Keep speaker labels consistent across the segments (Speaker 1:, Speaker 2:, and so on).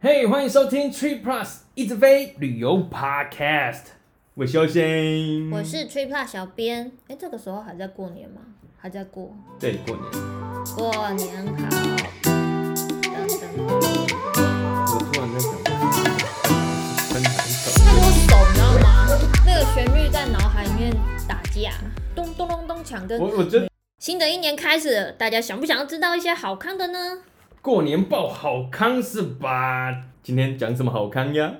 Speaker 1: 嘿欢迎收听 Tree Plus 一直飞旅游 Podcast，我是修仙，
Speaker 2: 我是 Tripla 小编。哎、这个时候还在过年吗？还在过？
Speaker 1: 对过年，
Speaker 2: 过年好。等等，
Speaker 1: 我突然在想，分享一首，
Speaker 2: 太多手，你知道吗？那个旋律在脑海里面打架，咚咚咚咚抢跟。
Speaker 1: 我我觉得
Speaker 2: 新的一年开始了，大家想不想要知道一些好看的呢？
Speaker 1: 过年报好康是吧？今天讲什么好康呀？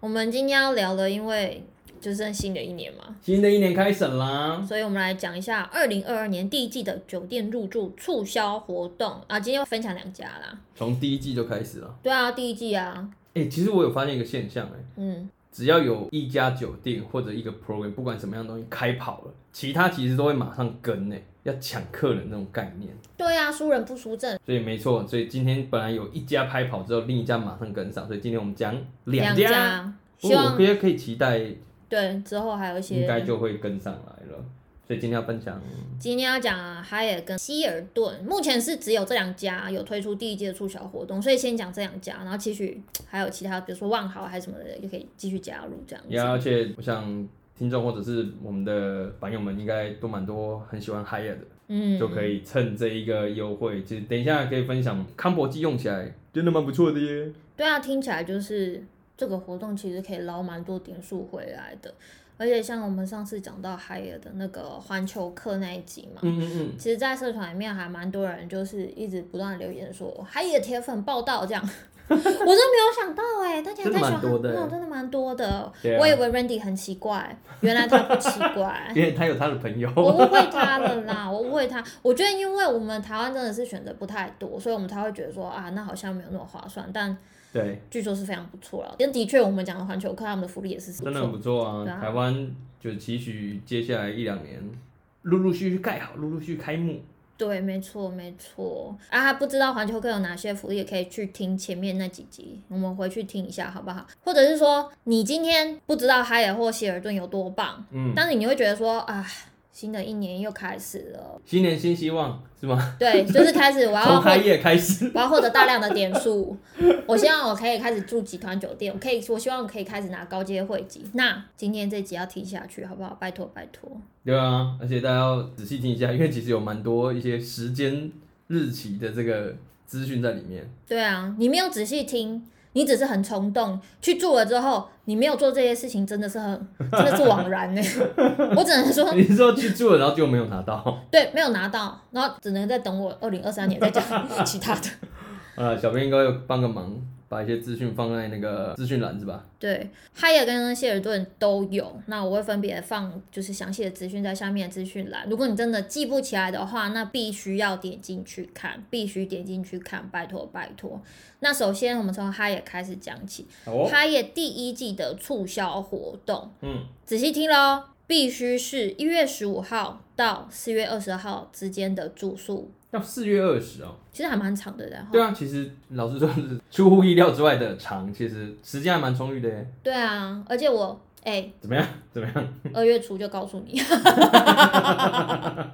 Speaker 2: 我们今天要聊的，因为就剩新的一年嘛，
Speaker 1: 新的一年开始啦，
Speaker 2: 所以我们来讲一下二零二二年第一季的酒店入住促销活动啊。今天分享两家啦。
Speaker 1: 从第一季就开始了。
Speaker 2: 对啊，第一季啊，
Speaker 1: 哎、其实我有发现一个现象、哎，
Speaker 2: 嗯，
Speaker 1: 只要有一家酒店或者一个 program，不管什么样的东西开跑了，其他其实都会马上跟、哎，要抢客人那种概念。
Speaker 2: 对啊，输人不输阵。
Speaker 1: 所以没错，所以今天本来有一家拍跑之后，另一家马上跟上，所以今天我们讲两
Speaker 2: 两
Speaker 1: 家。
Speaker 2: 家，
Speaker 1: 不
Speaker 2: 希
Speaker 1: 过我
Speaker 2: 望
Speaker 1: 觉得可以期待，
Speaker 2: 对之后还有一些
Speaker 1: 应该就会跟上来了。所以今天要分享，
Speaker 2: 今天要讲啊，海尔跟希尔顿，目前是只有这两家有推出第一届的促销活动，所以先讲这两家，然后继续还有其他，比如说万豪啊还是什么的，就可以继续加入这样子。
Speaker 1: 也而且我想听众或者是我们的版友们应该都蛮多很喜欢 Higher 的，
Speaker 2: 嗯，
Speaker 1: 就可以趁这一个优惠，其实等一下可以分享康博机用起来真的蛮不错的耶。
Speaker 2: 对啊，听起来就是这个活动其实可以捞蛮多点数回来的，而且像我们上次讲到海尔的那个环球客那一集嘛，
Speaker 1: 嗯嗯嗯，
Speaker 2: 其实，在社团里面还蛮多人，就是一直不断地留言说海野铁粉报道这样， 我真的没有想到哎、大家太
Speaker 1: 真的
Speaker 2: 喜
Speaker 1: 蛮
Speaker 2: 欢
Speaker 1: 多的欸
Speaker 2: 嗯真的蛮多的。
Speaker 1: 对啊
Speaker 2: 我以为 Randy 很奇怪，原来他不奇 怪，
Speaker 1: 因为他有他的朋友，
Speaker 2: 哎我误会他了啦，我误会他。我觉得，因为我们台湾真的是选择不太多，所以我们才会觉得说啊，那好像没有那么划算，但
Speaker 1: 对，
Speaker 2: 据说是非常不错了。但的确，我们讲的环球客他们的福利也是不
Speaker 1: 真的很
Speaker 2: 错。
Speaker 1: 不错啊！
Speaker 2: 对啊
Speaker 1: 台湾就期许接下来一两年，陆陆续续盖好，陆陆续续开幕。
Speaker 2: 对，没错，没错啊！还不知道环球客有哪些福利，也可以去听前面那几集，我们回去听一下好不好？或者是说，你今天不知道海尔或希尔顿有多棒，
Speaker 1: 嗯，
Speaker 2: 但是你会觉得说啊，新的一年又开始了，
Speaker 1: 新年新希望是吗？
Speaker 2: 对，就是开始我要
Speaker 1: 从开
Speaker 2: 获
Speaker 1: 业开始，
Speaker 2: 我要获得大量的点数，我希望我可以开始住集团酒店，我可以，我希望我可以开始拿高阶会籍。那今天这集要听下去好不好？拜托拜托，
Speaker 1: 对啊，而且大家要仔细听一下，因为其实有蛮多一些时间日期的这个资讯在里 面。
Speaker 2: 对啊，你没有仔细听，你只是很冲动去做了之后，你没有做这些事情，真的是很真的是枉然呢。 我只能说，
Speaker 1: 你是说去住了，然后就没有拿到？
Speaker 2: 对，没有拿到，然后只能再等我二零二三年再讲其他的。
Speaker 1: 呃，小编应该有帮个忙，把一些资讯放在那个资讯栏是吧？
Speaker 2: 对，海尔跟谢尔顿都有，那我会分别放就是详细的资讯在下面的资讯栏。如果你真的记不起来的话，那必须要点进去看，必须点进去看，拜托拜托。那首先我们从海尔开始讲起，
Speaker 1: 哦，
Speaker 2: 海尔第一季的促销活动。
Speaker 1: 嗯，
Speaker 2: 仔细听喽，必须是一月十五号到四月二十号之间的住宿，
Speaker 1: 要四月二十哦。
Speaker 2: 其实还蛮长的。然后
Speaker 1: 对啊，其实老实说，是出乎意料之外的长，其实时间还蛮充裕的耶。
Speaker 2: 对啊，而且我 哎，
Speaker 1: 怎么样？怎么样？
Speaker 2: 二、月初就告诉 你，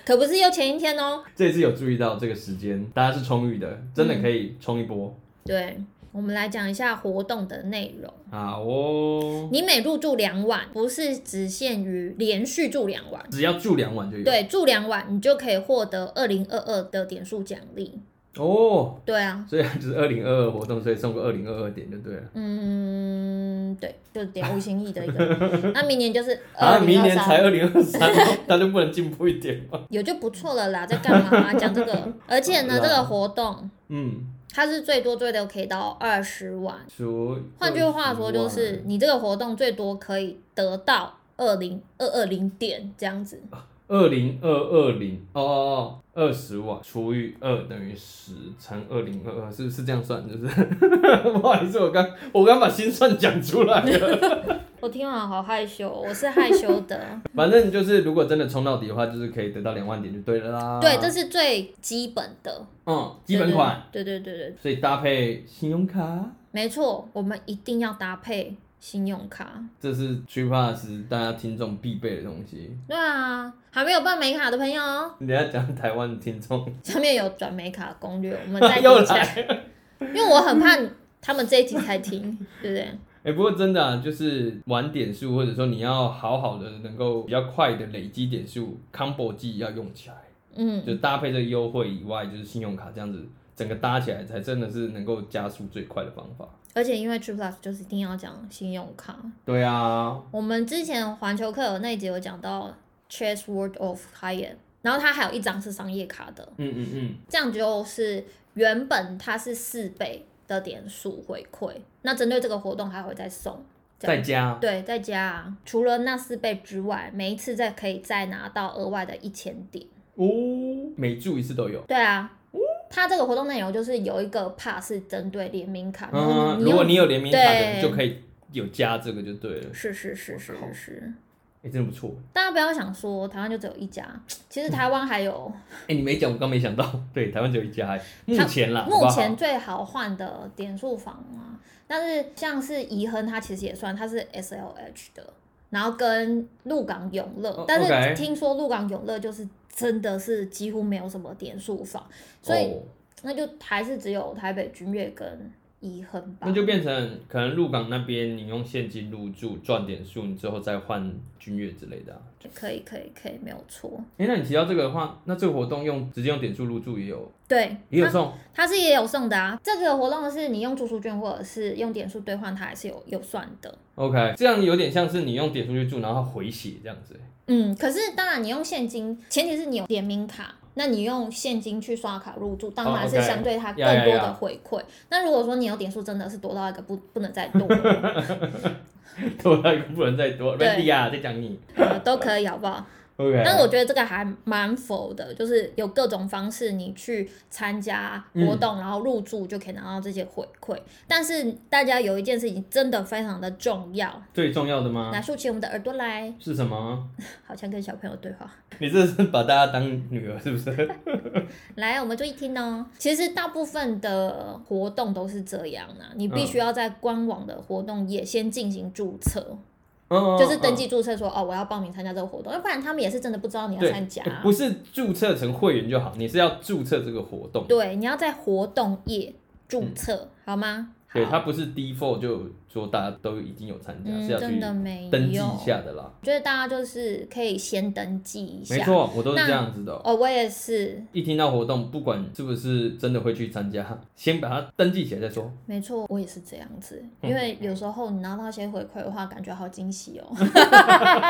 Speaker 2: 可不是又前一天哦。
Speaker 1: 这一次有注意到这个时间，大家是充裕的，真的可以冲一波。
Speaker 2: 对，我们来讲一下活动的内容。
Speaker 1: 好哦，
Speaker 2: 你每入住两晚，不是只限于连续住两晚，
Speaker 1: 只要住两晚就有。
Speaker 2: 对，住两晚你就可以获得二零二二的点数奖励。
Speaker 1: 哦，
Speaker 2: 对啊，
Speaker 1: 所以它就是二零二二活动，所以送个二零二二点就对了。
Speaker 2: 嗯，对，就是点无新意的一 个。那明年就是
Speaker 1: 啊，明年
Speaker 2: 2023
Speaker 1: 才二零二三，哦 他就不能进步一点吗？
Speaker 2: 有就不错了啦，在干嘛、啊？讲这个，而且呢，
Speaker 1: 好啦
Speaker 2: 这个活动
Speaker 1: 嗯，
Speaker 2: 它是最多最多可以到二十万，
Speaker 1: 说，
Speaker 2: 换句话说就是你这个活动最多可以得到二零二二零点这样子。
Speaker 1: 二零二二零，哦哦哦，二十瓦除以二等于十乘二零二二，是是这样算，是不是？ 不好意思，我刚我刚把心算讲出来了。
Speaker 2: 我听完好害羞，哦我是害羞 的。
Speaker 1: 反正就是，如果真的冲到底的话，就是可以得到两万点就对了啦。
Speaker 2: 对，这是最基本的
Speaker 1: 嗯，基本款，。
Speaker 2: 对对对对对，
Speaker 1: 所以搭配信用卡。
Speaker 2: 没错，我们一定要搭配信用卡。
Speaker 1: 这是 TripPass 大家听众必备的东西。
Speaker 2: 对啊，还没有办美卡的朋友哦，
Speaker 1: 你要讲台湾听众，
Speaker 2: 上面有转美卡攻略，我们再
Speaker 1: 又
Speaker 2: 提起来。
Speaker 1: 来，
Speaker 2: 因为我很怕他们这一集才听，对不对？
Speaker 1: 哎、不过真的啊，就是玩点数，或者说你要好好的能够比较快的累积点数，combo 技要用起来，就
Speaker 2: 嗯，
Speaker 1: 搭配这个优惠以外，就是信用卡这样子，整个搭起来才真的是能够加速最快的方法。
Speaker 2: 而且因为 True Plus 就是一定要讲信用卡，
Speaker 1: 对啊，
Speaker 2: 我们之前环球客有那一集有讲到 Chase World of Hyatt，然后它还有一张是商业卡的，
Speaker 1: 嗯嗯嗯，
Speaker 2: 这样就是原本它是四倍的点数回馈，那针对这个活动还会再送。这样
Speaker 1: 再加，
Speaker 2: 对，再加、啊、除了那四倍之外，每一次再可以再拿到额外的一千点。
Speaker 1: 哦，每注一次都有。
Speaker 2: 对啊，它这个活动内容就是有一个 pass 是针对联名卡，然后
Speaker 1: 嗯，如果
Speaker 2: 用
Speaker 1: 你有联名卡的，
Speaker 2: 对
Speaker 1: 就可以有加这个就对了。
Speaker 2: 是是是是
Speaker 1: 我靠
Speaker 2: 是是，
Speaker 1: 哎、真的不错。
Speaker 2: 大家不要想说台湾就只有一家，其
Speaker 1: 嗯
Speaker 2: 实台湾还有。
Speaker 1: 哎、你没讲，我刚没想到。 对，台湾只有一家、哎目前啦，好不
Speaker 2: 目
Speaker 1: 好
Speaker 2: 前最好换的点数房啊，但是像是怡亨，它其实也算，它是 S L H 的，然后跟鹿港永乐
Speaker 1: 哦，
Speaker 2: 但
Speaker 1: OK
Speaker 2: 是听说鹿港永乐就是真的是几乎没有什么点数房，所以
Speaker 1: 哦
Speaker 2: 那就还是只有台北君悦跟怡亨吧
Speaker 1: 那。就变成可能鹿港那边你用现金入住赚点数，你之后再换君悦之类的、啊。
Speaker 2: 可以可以可以，没有错。
Speaker 1: 哎、那你提到这个的话，那这个活动用直接用点数入住也有
Speaker 2: 对，
Speaker 1: 也有
Speaker 2: 它
Speaker 1: 送
Speaker 2: 它是也有送的啊。这个活动是你用住宿券或者是用点数兑换，它还是有有算的。
Speaker 1: ，OK，这样有点像是你用点数去住，然后回血这样子、 哎
Speaker 2: 嗯，可是当然，你用现金，前提是你有点名卡，那你用现金去刷卡入住，当然
Speaker 1: 哦
Speaker 2: 是
Speaker 1: ，OK
Speaker 2: 相对它更
Speaker 1: 呀呀
Speaker 2: 多
Speaker 1: 呀
Speaker 2: 的回馈。那如果说你有点数真的是多到一个不不能再多 了
Speaker 1: 多到一个不能再多。
Speaker 2: 对
Speaker 1: Randy 啊，在讲你
Speaker 2: 呃都可以，好不好？
Speaker 1: ，OK。
Speaker 2: 但是我觉得这个还蛮否的，就是有各种方式你去参加活
Speaker 1: 嗯
Speaker 2: 动，然后入住就可以拿到这些回馈。但是大家有一件事情真的非常的重要，
Speaker 1: 最重要的吗
Speaker 2: 来？竖起我们的耳朵来，
Speaker 1: 是什么？
Speaker 2: 好像跟小朋友对话。
Speaker 1: 你这是把大家当女儿是 不是？
Speaker 2: 来，我们注意听哦。其实大部分的活动都是这样啦、你
Speaker 1: 嗯
Speaker 2: 必须要在官网的活动页先进行注册，
Speaker 1: 嗯
Speaker 2: 就是登。
Speaker 1: 嗯嗯
Speaker 2: 记注册说哦，我要报名参加这个活动，要不然他们也是真的不知道你要
Speaker 1: 对
Speaker 2: 参加。啊
Speaker 1: 哎不是注册成会员就好，你是要注册这个活动。
Speaker 2: 对，你要在活动页注册、好吗？
Speaker 1: 嗯对，
Speaker 2: 好
Speaker 1: 它不是 default 就说大家都已经有参加，
Speaker 2: 嗯，
Speaker 1: 是要
Speaker 2: 真
Speaker 1: 去
Speaker 2: 的没有
Speaker 1: 登记一下的啦。
Speaker 2: 我觉得大家就是可以先登记一下。
Speaker 1: 没。错，我都是
Speaker 2: 那
Speaker 1: 这样子的哦。
Speaker 2: 哦，我也是，
Speaker 1: 一听到活动，不管是不是真的会去参加，先把它登记起来再说。
Speaker 2: 没错，我也是这样子。
Speaker 1: 嗯
Speaker 2: 因为有时候你拿到一些回馈的话，感觉好惊喜哦。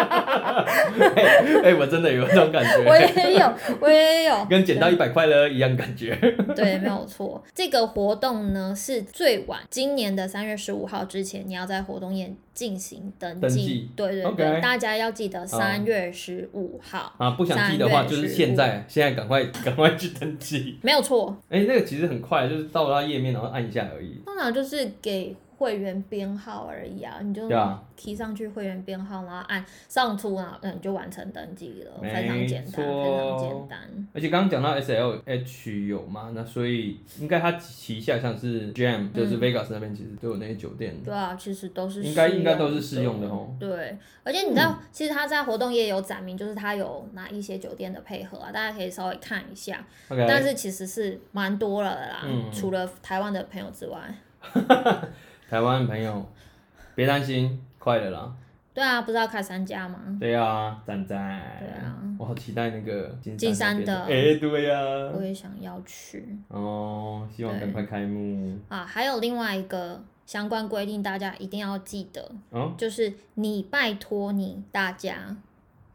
Speaker 1: 哎、我真的有这种感
Speaker 2: 我
Speaker 1: 觉，
Speaker 2: 也有，我也有。
Speaker 1: 跟捡到一百块了一样感觉。
Speaker 2: 对，没有错。这个活动呢是最晚今年的三月十五号之前，你要在活动页进行登
Speaker 1: 登记
Speaker 2: 对对
Speaker 1: OK
Speaker 2: 对，大家要记得
Speaker 1: 好
Speaker 2: 三月十五号。
Speaker 1: 啊，不想记的话
Speaker 2: 三月
Speaker 1: 就是
Speaker 2: 十五
Speaker 1: 现在，现在赶快赶快去登记。
Speaker 2: 没有错，
Speaker 1: 哎、那个其实很快，就是到它页面然后按一下而已。
Speaker 2: 通常就是给会员编号而已啊，你就
Speaker 1: 对啊
Speaker 2: 提上去会员编号，然后按上图啊，嗯，你就完成登记了，非常
Speaker 1: 没
Speaker 2: 简单，非常
Speaker 1: 错
Speaker 2: 简单。
Speaker 1: 而且刚刚讲到 S L H 有嘛，那所以应该它旗下像是 Jam，就是 Vegas 那边其实都有那些酒店。
Speaker 2: 对啊，其实都嗯是
Speaker 1: 嗯应该
Speaker 2: 适
Speaker 1: 应该
Speaker 2: 用
Speaker 1: 都是适用的哦。嗯
Speaker 2: 对，而且你知道，其实他在活动也有展明，就是他有哪一些酒店的配合啊，大家可以稍微看一下。
Speaker 1: 哦 OK，
Speaker 2: 但是其实是蛮多了的啦，
Speaker 1: 嗯
Speaker 2: 除了台湾的朋友之外。
Speaker 1: 台湾朋友别担心，快了啦。
Speaker 2: 对啊，不是要开三家吗？
Speaker 1: 对啊，赞赞。
Speaker 2: 嗯对啊，
Speaker 1: 我好期待那个
Speaker 2: 金山
Speaker 1: 那边
Speaker 2: 的
Speaker 1: 哎、对呀、
Speaker 2: 我也想要去
Speaker 1: 哦，希望赶快开幕。
Speaker 2: 啊。还有另外一个相关规定，大家一定要记得，
Speaker 1: 哦，
Speaker 2: 就是你拜托你大家，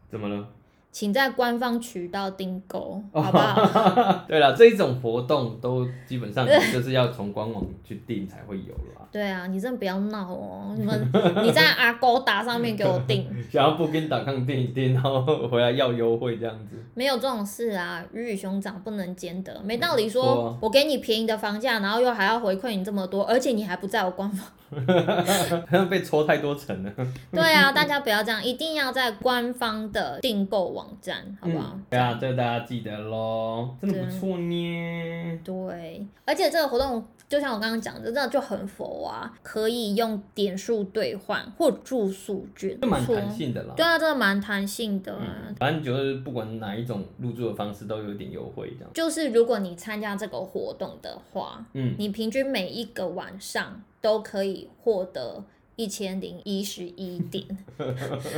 Speaker 1: 怎么了？
Speaker 2: 请在官方渠道订购，好 不好？
Speaker 1: 啊对了，这一种活动都基本上就是要从官网去订才会有啦。
Speaker 2: 对啊，你真的不要闹哦！你们 你在阿勾达上面给我订，
Speaker 1: 想要不跟打抗订一订，然后回来要优惠这样子。
Speaker 2: 没有这种事啊！鱼与熊掌不能兼得，没道理
Speaker 1: 没错
Speaker 2: 说
Speaker 1: 啊
Speaker 2: 我给你便宜的房价，然后又还要回馈你这么多，而且你还不在 我官方。
Speaker 1: 被抽太多层了，
Speaker 2: 对啊，大家不要这样，一定要在官方的订购网站，好不好？
Speaker 1: 嗯对啊，这个大家记得喽，真的不错呢。
Speaker 2: 对，而且这个活动就像我刚刚讲的，那就很佛啊，可以用点数兑换或住宿券，
Speaker 1: 这蛮
Speaker 2: 错
Speaker 1: 弹性的啦。
Speaker 2: 对啊，这蛮弹性的、啊。
Speaker 1: 嗯，反正就是不管哪一种入住的方式都有点优惠这样。
Speaker 2: 就是如果你参加这个活动的话，
Speaker 1: 嗯，
Speaker 2: 你平均每一个晚上都可以获得一千零一十一 点。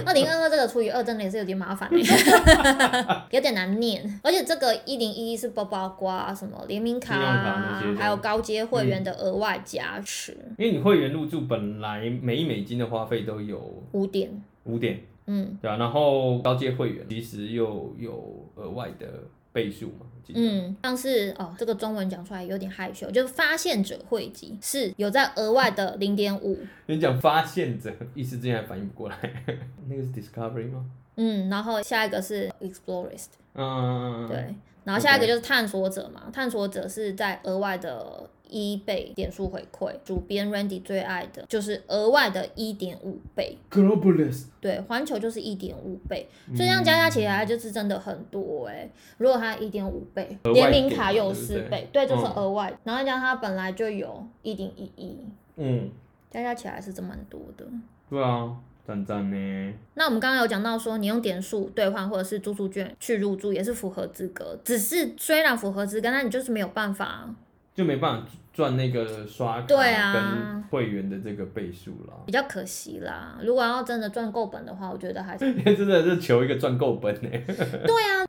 Speaker 2: 二零二二这个除以二真的也是有点麻烦、欸， 有点难念。而且这个一零一是包包括什么联名卡
Speaker 1: 信用卡那
Speaker 2: 啊
Speaker 1: 些，嗯的
Speaker 2: 还有高阶会员的额外加持
Speaker 1: 因为你会员入住本来每一美金的花费都有
Speaker 2: 五点。
Speaker 1: 五点，
Speaker 2: 嗯
Speaker 1: 对吧、然后高阶会员其实又有额外的倍数嘛，我记得。
Speaker 2: 嗯，像是哦，这个中文讲出来有点害羞，就是发现者汇集是有在额外的零点五，
Speaker 1: 你讲发现者，一时之间还反应不过来， 那个是 Discovery 吗？
Speaker 2: 嗯，然后下一个是 explorist，
Speaker 1: 嗯，
Speaker 2: 对，然后下一个就是探索者嘛，探索者是在额外的一倍点数回馈，主编 Randy 最爱的就是额外的一点五倍，
Speaker 1: ，Globalist，
Speaker 2: 对，环球就是一点五倍，所以这样加加起
Speaker 1: 嗯
Speaker 2: 来就是真的很多哎、如果它一点五倍，
Speaker 1: 额外
Speaker 2: 联名卡
Speaker 1: 给嘛
Speaker 2: 又有
Speaker 1: 对不
Speaker 2: 四
Speaker 1: 对
Speaker 2: 倍，对，就是
Speaker 1: 嗯
Speaker 2: 额外，然后加上它本来就有一点一一，
Speaker 1: 嗯，
Speaker 2: 加加起来是真蛮多的。
Speaker 1: 对啊，赞赞呢，
Speaker 2: 那我们刚刚有讲到说，你用点数兑换或者是住宿券去入住也是符合资格，只是虽然符合资格，但你就是没有办法
Speaker 1: 就没办法赚那个刷卡
Speaker 2: 对啊
Speaker 1: 跟会员的这个倍数啦。
Speaker 2: 比较可惜啦。如果要真的赚够本的话，我觉得 还是
Speaker 1: 真的是求一个赚够本呢。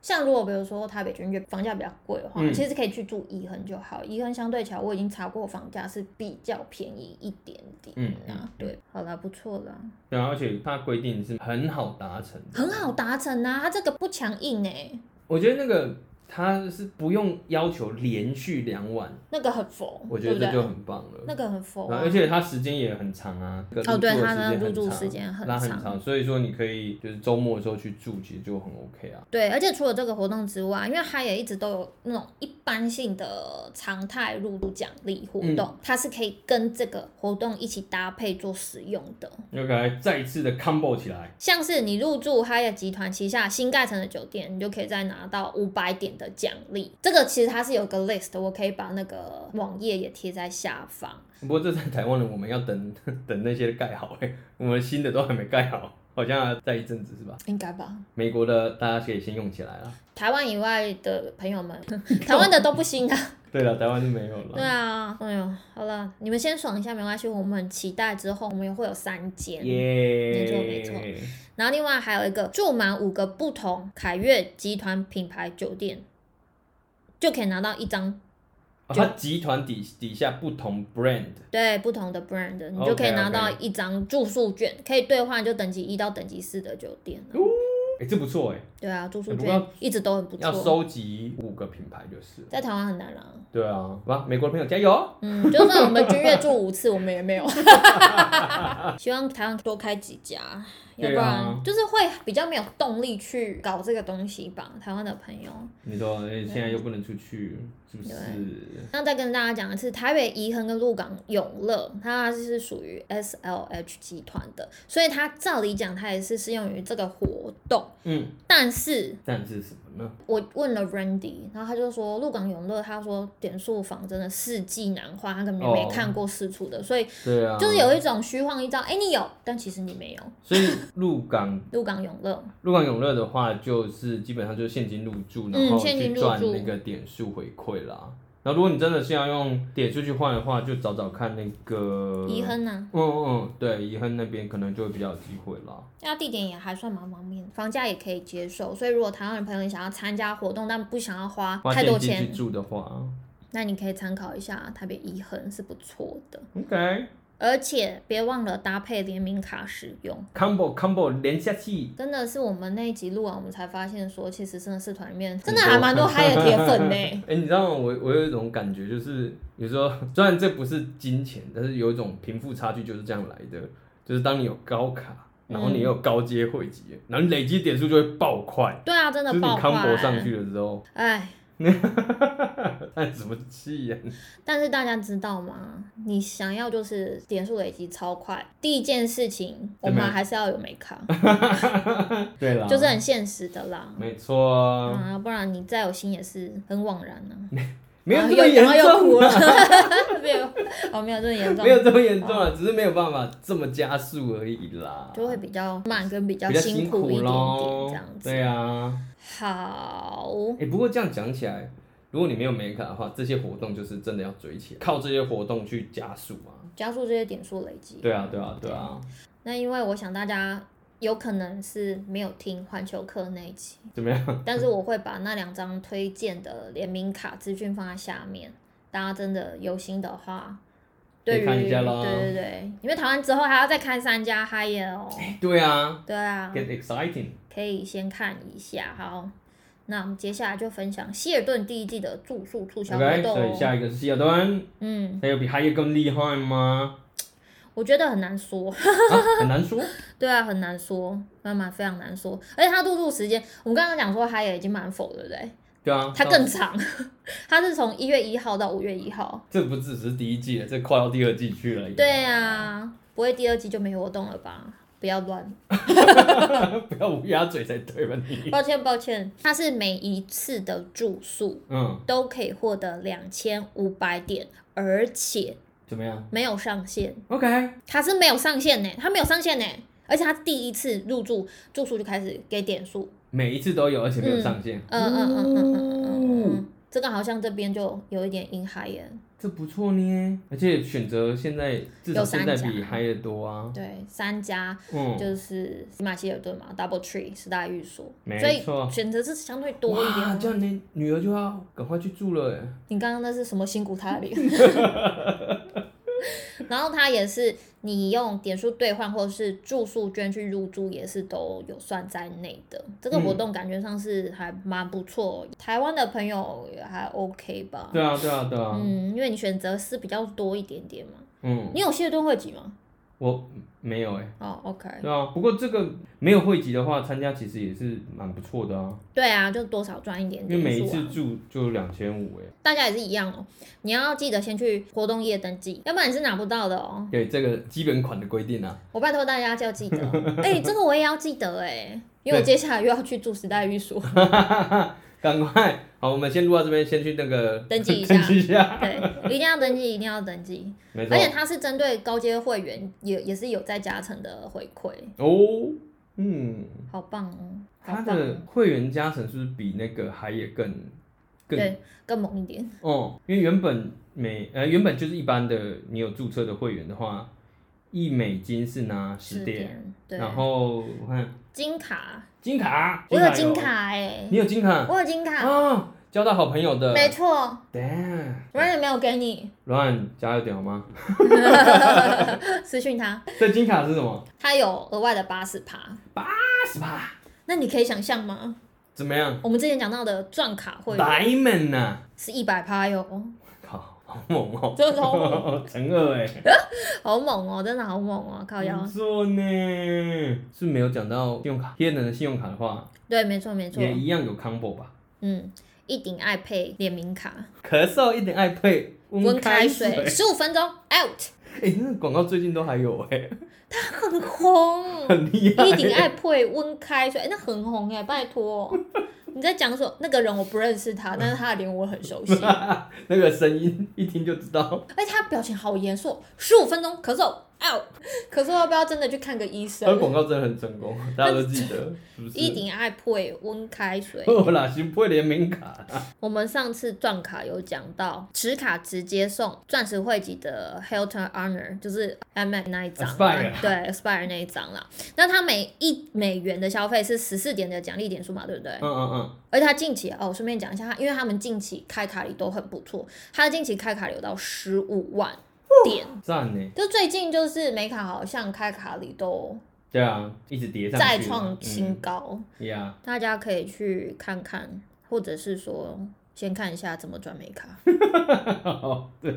Speaker 2: 像如果比如说台北君悦房价比较贵的话，
Speaker 1: 嗯
Speaker 2: 其实可以去住宜亨就好。宜亨相对起来，我已经查过房价是比较便宜一点点
Speaker 1: 嗯
Speaker 2: 啦。
Speaker 1: 嗯
Speaker 2: 对，好啦，不错啦，
Speaker 1: 对啊，而且它规定是很好达成，
Speaker 2: 很。好达成啊，它这个不强硬哎、
Speaker 1: 我觉得那个它是不用要求连续两晚，
Speaker 2: 那个很佛，
Speaker 1: 我觉得
Speaker 2: 对
Speaker 1: 这
Speaker 2: 不
Speaker 1: 就
Speaker 2: 哦对？
Speaker 1: 很棒了。
Speaker 2: 那个很佛、
Speaker 1: 然
Speaker 2: 啊
Speaker 1: 后，而且它时间也很长啊，这个
Speaker 2: 哦，对，
Speaker 1: 入住
Speaker 2: 它的
Speaker 1: 的
Speaker 2: 入
Speaker 1: 很
Speaker 2: 住
Speaker 1: 长
Speaker 2: 时间很
Speaker 1: 拉很
Speaker 2: 长。
Speaker 1: 长，所以说你可以就是周末的时候去住，其实就很 OK 啊。
Speaker 2: 对，而且除了这个活动之外，因为它也一直都有那种一般性的常态入住奖励活动，它是可以跟这个活动一起搭配做使用的。
Speaker 1: 就给它再一次的 combo 起来，
Speaker 2: 像是你入住 Hyatt 集团旗下新盖成的酒店，你就可以再拿到五百点的奖励。这个其实它是有个 list，的我可以把那个网页也贴在下方。
Speaker 1: 不过这在台湾呢，我们要等 等那些盖好哎、我们新的都还没盖好，好像要再一阵子是吧？
Speaker 2: 应该吧。
Speaker 1: 美国的大家可以先用起来啦。
Speaker 2: 台湾以外的朋友们， 台湾的都不行啊。
Speaker 1: 对了，台湾就没有了。
Speaker 2: 对啊，哎呦，好了，你们先爽一下没关系，我们很期待之后我们也会有三间。
Speaker 1: 耶，
Speaker 2: 没错没错然后另外还有一个住满五个不同凯悦集团品牌酒店，就可以拿到一张
Speaker 1: 哦它集团底底下不同 brand，
Speaker 2: 对不同的 brand，你就可以
Speaker 1: OK，OK
Speaker 2: 拿到一张住宿券可以兑换就等级一到等级四的酒店了。
Speaker 1: 哎、这不错哎、
Speaker 2: 对啊，住宿
Speaker 1: 哎不过
Speaker 2: 券一直都很不
Speaker 1: 要
Speaker 2: 错，
Speaker 1: 收集五个品牌就是了。
Speaker 2: 在台湾很难啦。
Speaker 1: 对啊，哇，美国的朋友加油！哦
Speaker 2: 嗯，就算我们君悦住五次，我们 也没有。希望台湾多开几家，要不
Speaker 1: 对啊
Speaker 2: 然就是会比较没有动力去搞这个东西吧。台湾的朋友，
Speaker 1: 你说、哎
Speaker 2: 啊
Speaker 1: 现在又不能出去，是不是？
Speaker 2: 那再跟大家讲一次，台北怡恒跟鹿港永乐，它是属于 SLH 集团的，所以它照理讲，它也是适用于这个活动。
Speaker 1: 嗯，
Speaker 2: 但是
Speaker 1: 但是什么呢？
Speaker 2: 我问了 Randy，然后他就说鹿港永乐，他说点数房真的世纪难画，他根本就没
Speaker 1: 哦
Speaker 2: 看过四处的，所以
Speaker 1: 对啊，
Speaker 2: 就是有一种虚晃一招，哎、你有，但其实你没有。
Speaker 1: 所以鹿港
Speaker 2: 鹿港永乐，
Speaker 1: 鹿港永乐的话，就是基本上就是现金入住，
Speaker 2: 嗯
Speaker 1: 然后
Speaker 2: 现金
Speaker 1: 去
Speaker 2: 入
Speaker 1: 赚
Speaker 2: 住
Speaker 1: 那个点数回馈啦。然后如果你真的是要用点数去换的话，就找找看那个
Speaker 2: 宜亨啊，
Speaker 1: 嗯嗯，对，宜亨那边可能就会比较有机会啦。
Speaker 2: 那地点也还算蛮方便的，房价也可以接受，所以如果台湾的朋友你想要参加活动，但不想要花
Speaker 1: 花
Speaker 2: 太多
Speaker 1: 现金
Speaker 2: 钱
Speaker 1: 去，住的话
Speaker 2: 那你可以参考一下啊台北宜恒是不错的，
Speaker 1: ，OK。
Speaker 2: 而且别忘了搭配联名卡使用。
Speaker 1: combo combo 连下去，
Speaker 2: 真的是我们那一集录完，我们才发现说，其实真的社团里面
Speaker 1: 很
Speaker 2: 真
Speaker 1: 多
Speaker 2: 的还蛮多嗨的铁粉呢。
Speaker 1: 哎、你知道吗我我有一种感觉，就是有时候 虽然这不是金钱，但是有一种贫富差距就是这样来的，就是当你有高卡，然后你也有高阶汇集，然后你累积点数就会爆快，
Speaker 2: 对啊，真
Speaker 1: 就
Speaker 2: 的
Speaker 1: 是你
Speaker 2: 爆快、
Speaker 1: combo 上去了之 后，
Speaker 2: 哎，
Speaker 1: 叹什么气呀、
Speaker 2: 但是大家知道吗？你想要就是点数累积超快，第一件事情我
Speaker 1: 对
Speaker 2: 们
Speaker 1: 没
Speaker 2: 还是要有美 卡，
Speaker 1: 对啦，
Speaker 2: 就是很现实的啦。
Speaker 1: 啊
Speaker 2: 嗯
Speaker 1: 没错啊、
Speaker 2: 啊，不然你再有心也是很枉然呢、
Speaker 1: 没有
Speaker 2: 然
Speaker 1: 这
Speaker 2: 后
Speaker 1: 么
Speaker 2: 又
Speaker 1: 严
Speaker 2: 然后又
Speaker 1: 重
Speaker 2: 哭
Speaker 1: 啊、
Speaker 2: 了，没有，哦，没有这么严重，
Speaker 1: 没有这么严重啊，只是没有办法这么加速而已啦，
Speaker 2: 就会比较慢跟比较
Speaker 1: 比较辛
Speaker 2: 苦一点点
Speaker 1: 咯
Speaker 2: 这样。子。
Speaker 1: 对啊，
Speaker 2: 好，
Speaker 1: 哎、不过这样讲起来，如果你没有美卡的话，这些活动就是真的要追起来，靠这些活动去加速啊。
Speaker 2: 加速这些点数累积。
Speaker 1: 对啊，对啊，对啊，
Speaker 2: 那因为我想大家有可能是没有听环球课那一集，
Speaker 1: 怎么样？
Speaker 2: 但是我会把那两张推荐的联名卡资讯放在下面，大家真的有心的话，
Speaker 1: 可以
Speaker 2: 对于
Speaker 1: 看一下啦
Speaker 2: 对对对，因为台湾之后还要再开三家嗨耶哦，
Speaker 1: 对啊
Speaker 2: 对啊，
Speaker 1: ，get exciting。
Speaker 2: 可以先看一下。好，那我们接下来就分享希尔顿第一季的住宿促销活
Speaker 1: OK，
Speaker 2: 动
Speaker 1: 所以
Speaker 2: 哦。
Speaker 1: 下一个是西尔顿，
Speaker 2: 嗯，
Speaker 1: 还有比哈耶更厉害吗？
Speaker 2: 我觉得很难说，
Speaker 1: 啊，很难说。
Speaker 2: 对啊，很难说，慢慢非常难说。而且它入住时间，我们刚刚讲说它也已经满否，对不对？
Speaker 1: 对啊，
Speaker 2: 它
Speaker 1: 那
Speaker 2: 更长， 它是从一月一号到五月一号。
Speaker 1: 这不只是第一季了，这快到第二季去了。
Speaker 2: 对，啊，不会第二季就没活动了吧？不要乱，
Speaker 1: 不要乌鸦嘴才对吧你？
Speaker 2: 抱歉抱歉，它是每一次的住宿
Speaker 1: 嗯，
Speaker 2: 都可以获得两千五百点，而且
Speaker 1: 怎么样
Speaker 2: 没有上限。
Speaker 1: ？OK，
Speaker 2: 它是没有上限呢，它没有上限呢，而且它第一次入住住宿就开始给点数，
Speaker 1: 每一次都有，而且没有上限。
Speaker 2: 嗯嗯嗯嗯嗯嗯嗯
Speaker 1: 哦
Speaker 2: 嗯，这个好像这边就有一点阴海耶，
Speaker 1: 这不错呢，而且选择现在至少
Speaker 2: 有三
Speaker 1: 现
Speaker 2: 家
Speaker 1: 在比嗨的多啊。
Speaker 2: 对，三家
Speaker 1: 嗯，
Speaker 2: 就是司马希尔顿嘛，Double Tree 十大预所，
Speaker 1: 没
Speaker 2: 所以
Speaker 1: 错
Speaker 2: 选择是相对多一
Speaker 1: 哇
Speaker 2: 点
Speaker 1: 这
Speaker 2: 的。
Speaker 1: 样你女儿就要赶快去住了哎。
Speaker 2: 你刚刚那是什么辛苦他的脸？ 然后它也是你用点数兑换或者是住宿券去入住，也是都有算在内的。这个活动感觉上是还蛮不错，台湾的朋友也还 OK 吧？
Speaker 1: 对啊，对啊，对啊。
Speaker 2: 嗯，因为你选择是比较多一点点嘛。
Speaker 1: 嗯，
Speaker 2: 你有谢顿会籍吗？
Speaker 1: 我没有哎。
Speaker 2: 哦，OK、o k
Speaker 1: 对啊，不过这个没有汇集的话，参加其实也是蛮不错的啊，
Speaker 2: 对啊，就多少赚一点
Speaker 1: 因为每一
Speaker 2: 点数、
Speaker 1: 次
Speaker 2: 啊。
Speaker 1: 住就两千五哎。
Speaker 2: 大家也是一样哦，你要记得先去活动页登记，要不然你是拿不到的哦。
Speaker 1: 对这个基本款的规定啊，
Speaker 2: 我拜托大家就要记 得，哎、这个我也要记得哎、因为我接下来又要去住时代寓所，
Speaker 1: 赶快，好，我们先录到这边，先去那个
Speaker 2: 登记一下
Speaker 1: 登记一下，
Speaker 2: 对，一定要登记，一定要登记。
Speaker 1: 没错
Speaker 2: 而。且它是针对高阶会员，也也是有在加成的回馈，
Speaker 1: 哦，嗯，
Speaker 2: 好棒哦，好
Speaker 1: 它
Speaker 2: 棒
Speaker 1: 的
Speaker 2: 哦，
Speaker 1: 会员加成是不是比那个海野更更
Speaker 2: 对，更猛一点，
Speaker 1: 哦？因为原本每呃原本就是一般的，你有注册的会员的话，一美金是拿十点，
Speaker 2: 点，对，
Speaker 1: 然后我看
Speaker 2: 金卡，
Speaker 1: 金卡，
Speaker 2: 我有金，卡哎、
Speaker 1: 你有金卡
Speaker 2: 我有金卡，
Speaker 1: 啊？交到好朋友的
Speaker 2: 没错，
Speaker 1: ，damn，
Speaker 2: 我也没有给你，
Speaker 1: 软加油点好吗？
Speaker 2: 私讯他，
Speaker 1: 这金卡是什么？
Speaker 2: 他有额外的八十趴，
Speaker 1: 八十八，
Speaker 2: 那你可以想象吗？
Speaker 1: 怎么样？啊
Speaker 2: 我们之前讲到的钻卡会员
Speaker 1: 白门呐，
Speaker 2: 是一百趴哟，
Speaker 1: 靠，好猛哦，
Speaker 2: 真的好猛，
Speaker 1: 乘二哎。
Speaker 2: 好猛哦，真的好猛哦，靠腰
Speaker 1: 不。错呢，是没有讲到信用卡，黑人的信用卡的话，
Speaker 2: 对，没错没错，
Speaker 1: 也一样有 combo 吧？
Speaker 2: 嗯，一顶爱配联名卡，
Speaker 1: 咳嗽一点爱配
Speaker 2: 温开
Speaker 1: 水
Speaker 2: 水，，十五分钟 out，
Speaker 1: 哎、那个广告最近都还有哎、
Speaker 2: 很红。
Speaker 1: 很厉害。
Speaker 2: 嗯一顶爱配温开水，哎那很红哎，拜托。你在讲什么？那个人我不认识他，但是他的脸我很熟悉，
Speaker 1: 那个声音一听就知道，
Speaker 2: 而且他表情好严肃，十五分钟咳嗽 out，咳嗽要不要真的去看个医
Speaker 1: 它
Speaker 2: 生？
Speaker 1: 广告真的很成功，大家都记得，是不是？
Speaker 2: 一顶爱配温开水，
Speaker 1: 哦啦，行不会联名卡 啦，
Speaker 2: 我们上次钻卡有讲到，持卡直接送钻石汇集的 Hilton Honor，就是 M Mac 那一张
Speaker 1: Aspire
Speaker 2: 对 Aspire 那一张啦。那它每一美元的消费是十四点的奖励点数嘛，对不对？
Speaker 1: 嗯嗯嗯，
Speaker 2: 而且它近期哦，我顺便讲一下，它因为他们近期开卡里都很不错，它的近期开卡里有到十五万点，
Speaker 1: 赞呢，
Speaker 2: 就最近就是美卡好像开卡里都
Speaker 1: 对啊，一直叠上去，
Speaker 2: 再创新高，
Speaker 1: 嗯呀，
Speaker 2: 大家可以去看看，或者是说先看一下怎么转美卡。
Speaker 1: 对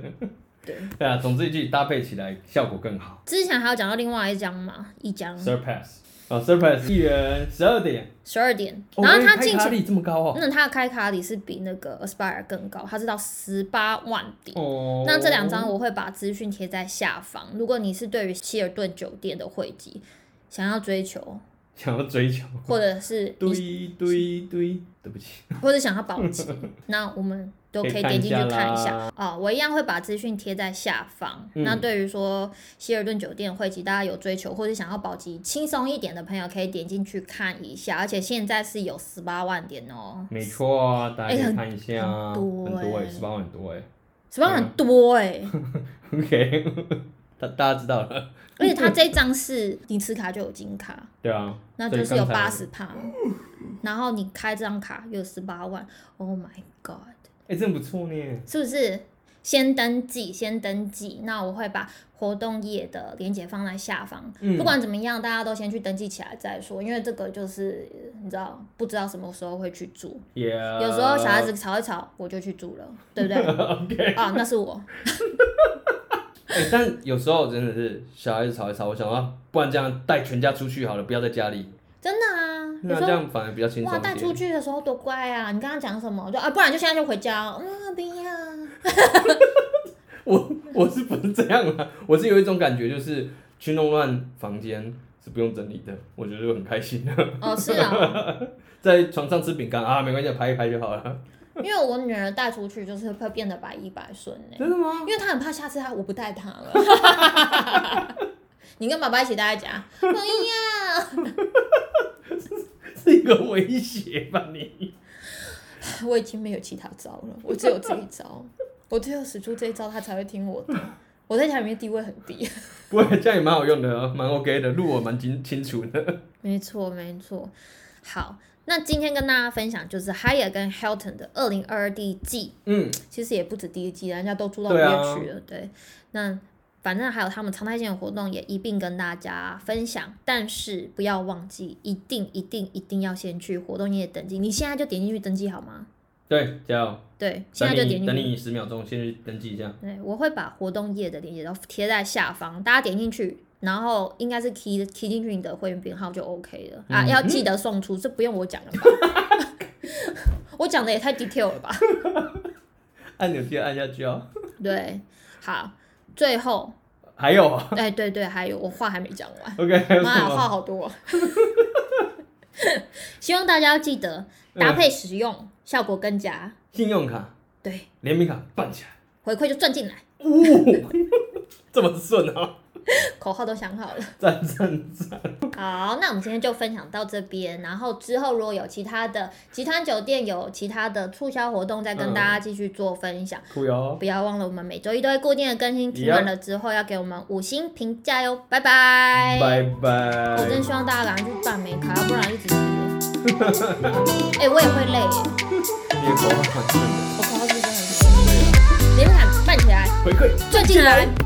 Speaker 2: 对，
Speaker 1: 对啊，总之一句搭配起来效果更好
Speaker 2: 之前还有讲到另外一张嘛，一张
Speaker 1: ，surpass 哦，surpass 一元十二点。
Speaker 2: 十二点，
Speaker 1: 哦
Speaker 2: 然后它
Speaker 1: 开
Speaker 2: 近
Speaker 1: 卡
Speaker 2: 期，
Speaker 1: 力这么高哦。
Speaker 2: 那它的开卡里是比那个 Aspire 更高，它是到十八万点。
Speaker 1: 哦，
Speaker 2: 那这两张我会把资讯贴在下方，如果你是对于希尔顿酒店的会籍想要追求，
Speaker 1: 想要追求，
Speaker 2: 或者是你
Speaker 1: 堆堆堆，对不起，
Speaker 2: 或者想要保级，那我们都可以点进去看一下啊、我一样会把资讯贴在下方。
Speaker 1: 嗯
Speaker 2: 那对于说希尔顿酒店汇集，大家有追求或者想要保级轻松一点的朋友，可以点进去看一下。而且现在是有十八万点哦、
Speaker 1: 没错啊，大家可
Speaker 2: 哎
Speaker 1: 以
Speaker 2: 很
Speaker 1: 看一下啊，
Speaker 2: 很多
Speaker 1: 很多
Speaker 2: 哎
Speaker 1: 哎，十八万很多哎
Speaker 2: 十八万很多 哎、
Speaker 1: ，OK，大 大家知道了，
Speaker 2: 而且它这张是你持卡就有金卡，
Speaker 1: 对啊，
Speaker 2: 那
Speaker 1: 所以
Speaker 2: 就是有
Speaker 1: 刚才
Speaker 2: 八十趴，然后你开这张卡有十八万，Oh my god！
Speaker 1: 哎、真的不错呢。
Speaker 2: 是不是？先登记，先登记。那我会把活动页的链接放在下方。
Speaker 1: 嗯
Speaker 2: 不管怎么样，大家都先去登记起来再说，因为这个就是你知道，不知道什么时候会去住。
Speaker 1: Yeah，
Speaker 2: 有时候小孩子吵一吵，我就去住 了，对不对？
Speaker 1: OK，
Speaker 2: 啊，那是我。
Speaker 1: 哎、但有时候真的是小孩子吵一吵，我想啊，不然这样带全家出去好了，不要在家里，
Speaker 2: 真的啊，有
Speaker 1: 那
Speaker 2: 时
Speaker 1: 这
Speaker 2: 候
Speaker 1: 样反而比较轻松
Speaker 2: 哇，带
Speaker 1: 一
Speaker 2: 出
Speaker 1: 点。
Speaker 2: 去的时候多乖啊！你刚刚讲什么？就啊，不然就现在就回家哦。嗯，不要。
Speaker 1: 我 我是不是这样啊？我是有一种感觉，就是去弄乱房间是不用整理的，我觉得很开心的，
Speaker 2: 哦，是啊，
Speaker 1: 在床上吃饼干啊，没关系，拍一拍就好了。
Speaker 2: 因为我女儿带出去就是会变得百依百顺呢。
Speaker 1: 真的吗
Speaker 2: 因？为他很怕下次他我不带他了。 你跟爸爸一起待在家， 不要，
Speaker 1: 是一个威胁吧你？
Speaker 2: 我已经没有其他招了，我只有这一招，我只有使出这一招，他才会听我的。我在家里面地位很低。
Speaker 1: 不过这样也蛮好用的啊，蛮 OK 的，路我蛮清清楚的。
Speaker 2: 没错，没错。好，那今天跟大家分享就是 Hyatt 跟 Hilton 的二零二二第一季，
Speaker 1: 嗯，
Speaker 2: 其实也不止第一季啦，人家都住到五
Speaker 1: 对
Speaker 2: 月
Speaker 1: 啊
Speaker 2: 去了。对，那反正还有他们常态性的活动也一并跟大家分享，但是不要忘记，一定一定一定要先去活动页登记。你现在就点进去登记好吗？
Speaker 1: 对，加油。
Speaker 2: 对，现
Speaker 1: 等你
Speaker 2: 在就点进
Speaker 1: 等
Speaker 2: 去。
Speaker 1: 你十秒钟，先去登记一下。
Speaker 2: 对，我会把活动页的链接都贴在下方，大家点进去，然后应该是 key key 进去你的会员编号就 OK 了、啊。
Speaker 1: 嗯
Speaker 2: 要记得送出，这不用我讲了吧？ 我讲的也太 detail 了吧？
Speaker 1: 按钮记得按下去哦。
Speaker 2: 对，好，最后
Speaker 1: 还有啊
Speaker 2: 哎，对对，还有我话还没讲完，
Speaker 1: ，OK，还有
Speaker 2: 妈
Speaker 1: 什
Speaker 2: 呀，话
Speaker 1: 么？
Speaker 2: 好多哦。 希望大家要记得搭配使用，效果更佳。
Speaker 1: 信用卡、
Speaker 2: 对，
Speaker 1: 联名卡办起来，
Speaker 2: 回馈就赚进来，
Speaker 1: 这么顺啊！
Speaker 2: 口号都想好了。
Speaker 1: 赞赞赞！
Speaker 2: 好，那我们今天就分享到这边，然后之后如果有其他的集团酒店有其他的促销活动，再跟大家继续做分享。
Speaker 1: 酷哟，
Speaker 2: 不要忘了，我们每周一都会固定的更新，听完了之后要给我们五星评价哟，拜拜。
Speaker 1: 拜
Speaker 2: 我真
Speaker 1: 拜。
Speaker 2: 希望大家赶快去办美卡，不然一直憋。 哎、我也会累耶，
Speaker 1: 你的口号很顺的，
Speaker 2: 我口号是真的很累。联想办起来，
Speaker 1: 回馈。
Speaker 2: 赚进来。